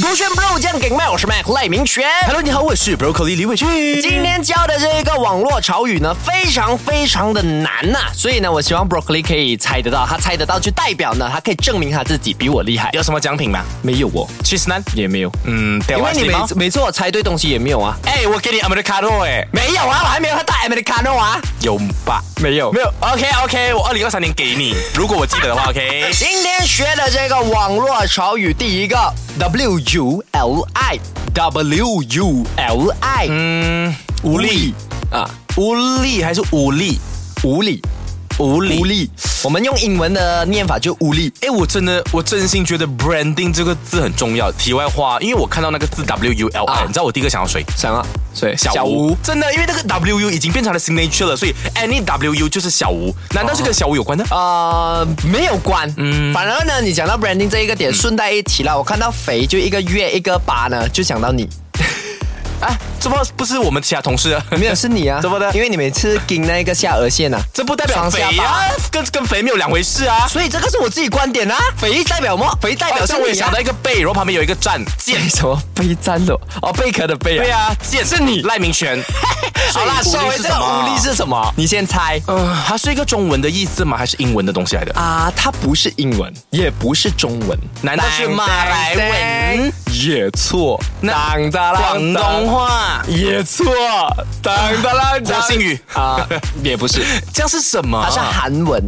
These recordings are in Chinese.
勾选 Bro 酱给麦，我是 Mac 赖明全。 Hello，你好，我是 Broccoli 李伟俊。今天教的这一个网络潮语呢，非常非常的难呐、所以呢，我希望 Broccoli 可以猜得到，他猜得到就代表呢，他可以证明他自己比我厉害。有什么奖品吗？没有哦， cheese naan 也没有，嗯，因屌为啊！你每每次我猜对东西也没有啊，哎，我给你 Americano 哎，没有啊，我还没有喝大 Americano 啊，有吧？没有没有，OK OK，我二零二三年给你，如果我记得的话，OK。 今天学的这个网络潮语，第一个 W U L I W U L I，嗯，无力啊，无力还是无力？无理，无力无理，我们用英文的念法就无理。哎，我真的，我真心觉得 branding 这个字很重要。题外话，因为我看到那个字 W U L I，、啊你知道我第一个想到谁？想啊，所以小吴，真的，因为那个 W U 已经变成了 signature 了，所以 any W U 就是小吴。难道是跟小吴有关的？呃，没有关，嗯，反而呢，你讲到 branding 这一个点，顺带一提啦，我看到肥就一个月一个八呢，就想到你，啊，怎么不是我们其他同事啊？没有是你 啊，怎么的因为你每次盯那个下颚线啊，这不代表双肥下巴啊，跟跟肥没有两回事啊。所以这个是我自己观点啊，肥代表么？肥代好表是像我也你啊想到。一个背，然后旁边有一个 站剑。什么背战的哦，贝壳的贝啊。对啊，剑是你赖明 权。好啦，所说以无力回是这什个么无力是什么？你先猜呃，它是一个中文的意思吗？还是英文的东西来的？啊，它不是英文，也不是中文，难道是马来文？也错。当当啦广东话。也错。当 当啦，火星语 啊，也不是，啊这样是什么？它是韩文。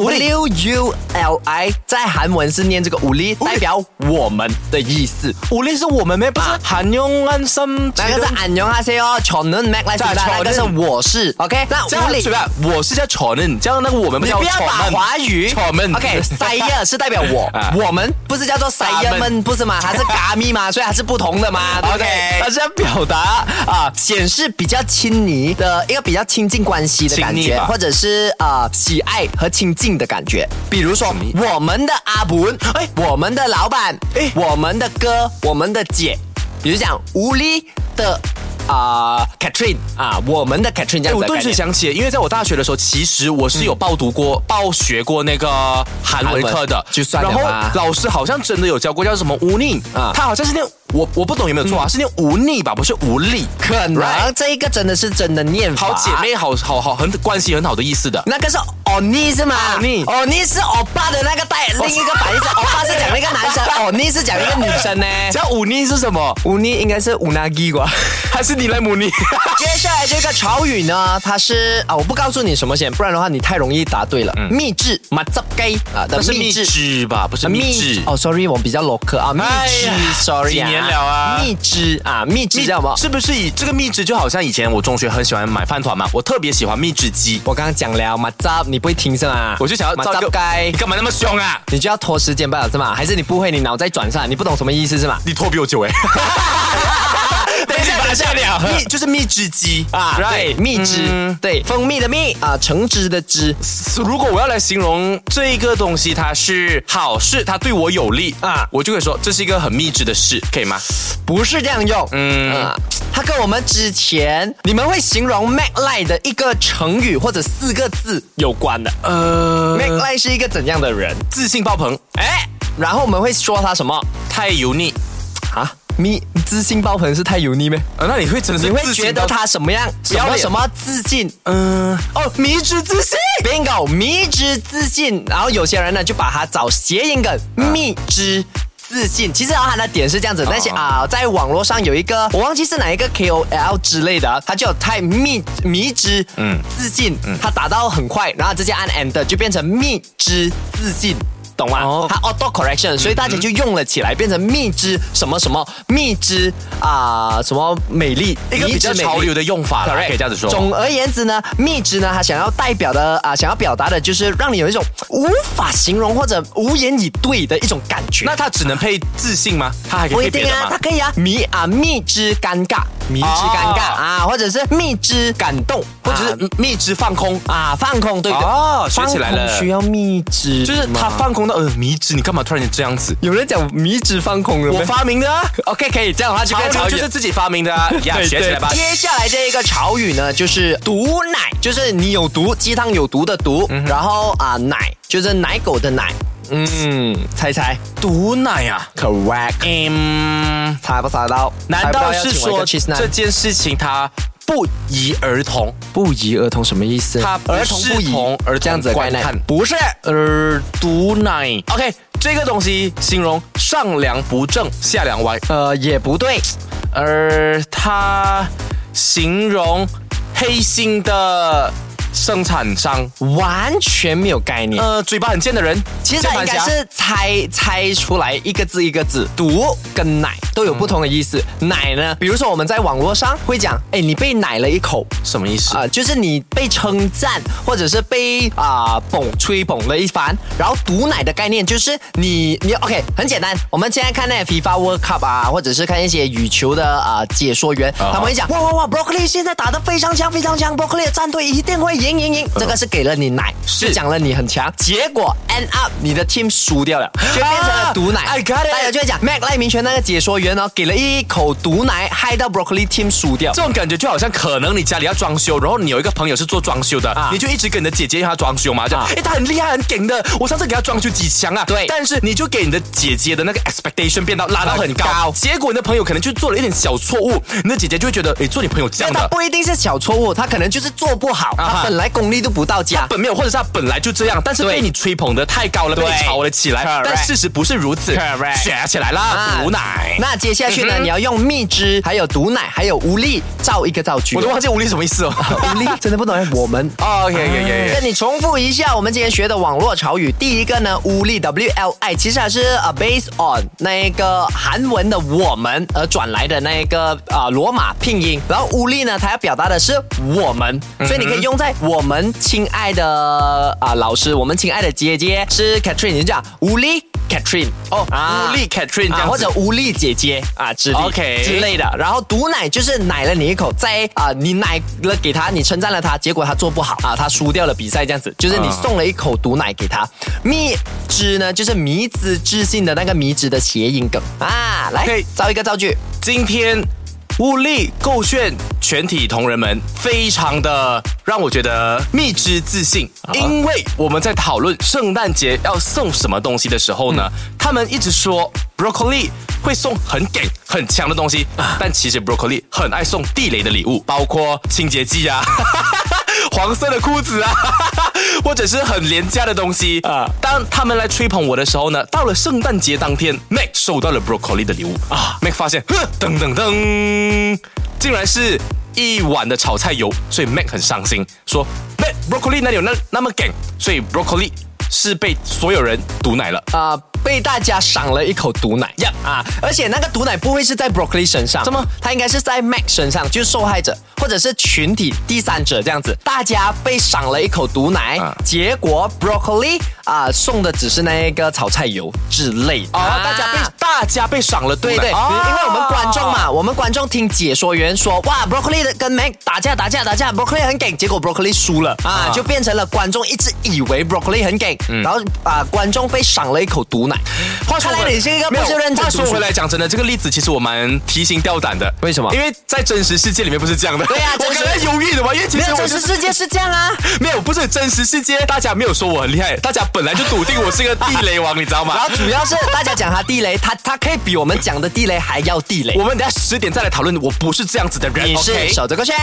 无力 W U L I 在韩文是念这个无力，代表我们的意思。武力是我们咩？不是啊韩用安心。那个是안녕하세요，저는哦 Mac 라이스， 자 那个是 저는 我是 OK。那这无样力随。便，我是叫 c h o n 这样那个我们不你叫不要 Chonen 把华语 Chonen OK，塞耶是代表我啊，我们不是叫做塞耶咱们 们不是吗？它是嘎咪嘛，所以它是不同的嘛，对不对 OK 它是要表达啊，显示比较亲昵的一个比较亲近关系的感亲昵觉，吧或者是啊喜爱和亲近的感觉。比如说什么意我们的阿文，哎，我们的老板，哎哎，我们的哥，我们的姐，比如讲吴力的。啊、c a t h e r i n e 啊，我们的 Catherine 这哎样子我的概顿念时想起，因为在我大学的时候，其实我是有报读过、报学过那个韩文课的嗯韩文，就算了然吧后老师好像真的有教过叫什么无力啊啊，他好像是念我我不懂有没有嗯错啊，是念无力吧，不是无力。可能 Right 这一个真的是真的念法。好姐妹，好好好，很关系很好的意思的。那个是欧尼是吗？欧尼欧尼是欧巴的那个代，另一个反义 词，欧巴是讲那个男生，欧尼是讲那个女生呢。叫忤逆是什么？乌尼应该是乌纳基吧。还是你来母 逆？接下来这个潮语呢，它是啊，我不告诉你什么先，不然的话你太容易答对了。秘制马扎鸡啊，嗯但那是蜜汁吧，不是蜜汁。哦，sorry，我比较 local 啊，蜜哎汁呀，sorry，几年了啊蜜汁啊，蜜汁蜜叫什么？是不是以这个蜜汁就好像以前我中学很喜欢买饭团嘛，我特别喜欢蜜汁鸡，我刚刚讲了马扎，你不会听是吗？我就想要马造扎一个。鸡你。干嘛那么凶啊？你就要拖时间罢了是吗？还是你不会，你脑袋转上，你不懂什么意思是吗？你拖比我久 哎、等一下等一下蜜蜜就是蜜汁鸡嗯啊，对，嗯蜜汁，对，蜂蜜的蜜啊，橙汁的汁，如果我要来形容这一个东西，它是好事，它对我有利啊啊，我就会说这是一个很蜜汁的事，可以吗？不是这样用，嗯。啊它跟我们之前你们会形容 Mac Lie 的一个成语或者四个字有关的。呃 Mac Lie 是一个怎样的人？自信爆棚，哎，然后我们会说他什么太油腻。啊？你自信爆棚是太油腻咩？啊，那你会真的是你会自信觉到得他什么样？什表么演什么自信？嗯、哦，迷之自信，bingo，迷之自信。然后有些人呢就把它找谐音梗，迷之。自信，其实啊，它的点是这样子，那些哦啊、在网络上有一个，我忘记是哪一个 KOL 之类的啊，他就有太迷迷之，嗯，自信，他打到很快，然后直接按 end 就变成迷之自信，懂吗？哦它 auto correction，所以大家就用了起来，变成蜜之什么什么，蜜之啊、什么美丽，一个比较蜜之美丽潮流的用法啦，可以这样子说。总而言之呢，蜜汁呢，它想要代表的啊、想要表达的就是让你有一种无法形容或者无言以对的一种感觉。那它只能配自信吗？它还可不以一配别定的吗啊，它？可以啊，迷啊，蜜汁尴尬迷之尴哦尬啊，或者是蜜之感动，或者是蜜汁放空，啊啊放空，对的，哦学起来了放空需要蜜汁，就是他放空到呃迷之，你干嘛突然间这样子？有人讲迷之放空了我没发明的啊， ？OK，可以这样的话就潮跟流曹就是远。自己发明 的啊，呀，学起来吧。接下来这一个潮语呢，就是毒奶，就是你有毒，鸡汤有毒的毒，然后啊奶就是奶狗的奶，嗯，猜猜毒奶啊， ，correct，嗯，猜不猜到？难道是猜不到要请我一说个 cheese 这 nut 件事情它不宜儿童？不宜儿童什么意思？它不儿童适不宜同儿童这样子的观概念看，不是呃毒奶。OK，这个东西形容上梁不正下梁歪，呃，也不对，而它形容黑心的生产商。完全没有概念。呃，嘴巴很贱的人，其实键它应盘该侠是猜猜出来一个字一个字，毒跟奶都有不同的意思。奶呢，比如说我们在网络上会讲，哎，你被奶了一口。什么意思啊、？就是你被称赞，或者是被啊、捧吹捧了一番，然后毒奶的概念就是你你 OK 很简单，我们现在看那 FIFA World Cup 啊，或者是看一些羽球的啊、解说员啊哈他们会讲哇哇哇，Broccoli 现在打得非常强非常强，Broccoli 的战队一定会赢赢赢，这个是给了你奶，呃是就讲了你很强，结果 end up 你的 team 输掉了，就变成了毒奶。啊 I got it 大家就会讲 Mac 赖明权那个解说员呢、哦，给了一口毒奶，害到 Broccoli team 输掉。这种感觉就好像可能你家里要装修，然后你有一个朋友是做装修的，啊你就一直跟你的姐姐让她装修嘛，就啊哎、她很厉害很顶的，我上次给她装修几墙啊，对但是你就给你的姐姐的那个 expectation 变到拉到很高，很高结果你的朋友可能就做了一点小错误，你的姐姐就会觉得，哎，做你朋友这样但他的。不一定是小错误，他可能就是做不好，啊哈他本来功力都不到家他。本没有，或者是他本来就这样，但是对被你吹捧的太高了，被对你炒了起来 Correct。但事实不是如此 Correct 学起来啦，毒奶。那接下去呢？嗯哼你要用蜜汁，还有毒奶，还有无力造一个造句。我都忘记无力什么意思 哦。无力，真的不懂。哎我们哦，OK OK OK。跟你重复一下，我们今天学的网络潮语，第一个呢，无力 W L I，其实它是呃 based on 那个韩文的我们而转来的那个呃罗马拼音，然后无力呢，它要表达的是我们，所以你可以用在我们亲爱的啊、老师，我们亲爱的姐姐是 Catherine，你就讲无力 Catherine 哦无力 Catherine 这样啊子或者无力姐姐啊之类 OK 之类的，然后毒奶就是奶了你一口，再啊、你奶了给他，你称赞了他，结果他做不好啊，他输掉了比赛这样子，就是你啊送了一口毒奶给他。蜜汁呢，就是迷之自信的那个迷之的谐音梗啊，来 OK 造一个造句，今天物力够炫，全体同仁们非常的让我觉得蜜汁自信，因为我们在讨论圣诞节要送什么东西的时候呢，他们一直说 broccoli 会送很给很强的东西，但其实 broccoli 很爱送地雷的礼物，包括清洁剂啊。 黄色的裤子啊， 或者是很廉价的东西啊啊。当他们来吹捧我的时候呢，到了圣诞节当天，Mac 收到了 broccoli 的礼物啊。Mac 发现，哼，噔噔噔，竟然是一碗的炒菜油，所以 Mac 很伤心，说 Mac broccoli 哪里有那那么梗？所以 broccoli 是被所有人毒奶了。啊、被大家赏了一口毒奶 Yup 啊！而且那个毒奶不会是在 Broccoli 身上，怎么？它应该是在 Mac 身上，就是受害者或者是群体第三者这样子。大家被赏了一口毒奶，啊结果 Broccoli 啊、送的只是那个炒菜油之类的。哦，大家被大家被赏了毒奶，啊对对，哦因为我们观众嘛，我们观众听解说员说，哇，broccoli 的跟 Mac 打架打架打架，broccoli 很梗，结果 broccoli 输了啊啊，嗯就变成了观众一直以为 broccoli 很梗，然后啊，观众被赏了一口毒奶。话说回看来你是一个不是认真话说读书回来，讲真的，这个例子其实我蛮提心吊胆的。为什么因为在真实世界里面不是这样的。对啊 我真刚实才犹豫的嘛，因为其没实有我真就实是世界是这 样啊，没有，不是真实世界，大家没有说我很厉害，大家本来就笃定我是一个地雷王，你知道吗 然？后主要是大家讲他地雷，他他可以比我们讲的地雷还要地雷我。们等下十点再来讨论，我不是这样子的人。你是 OK？守着个圈。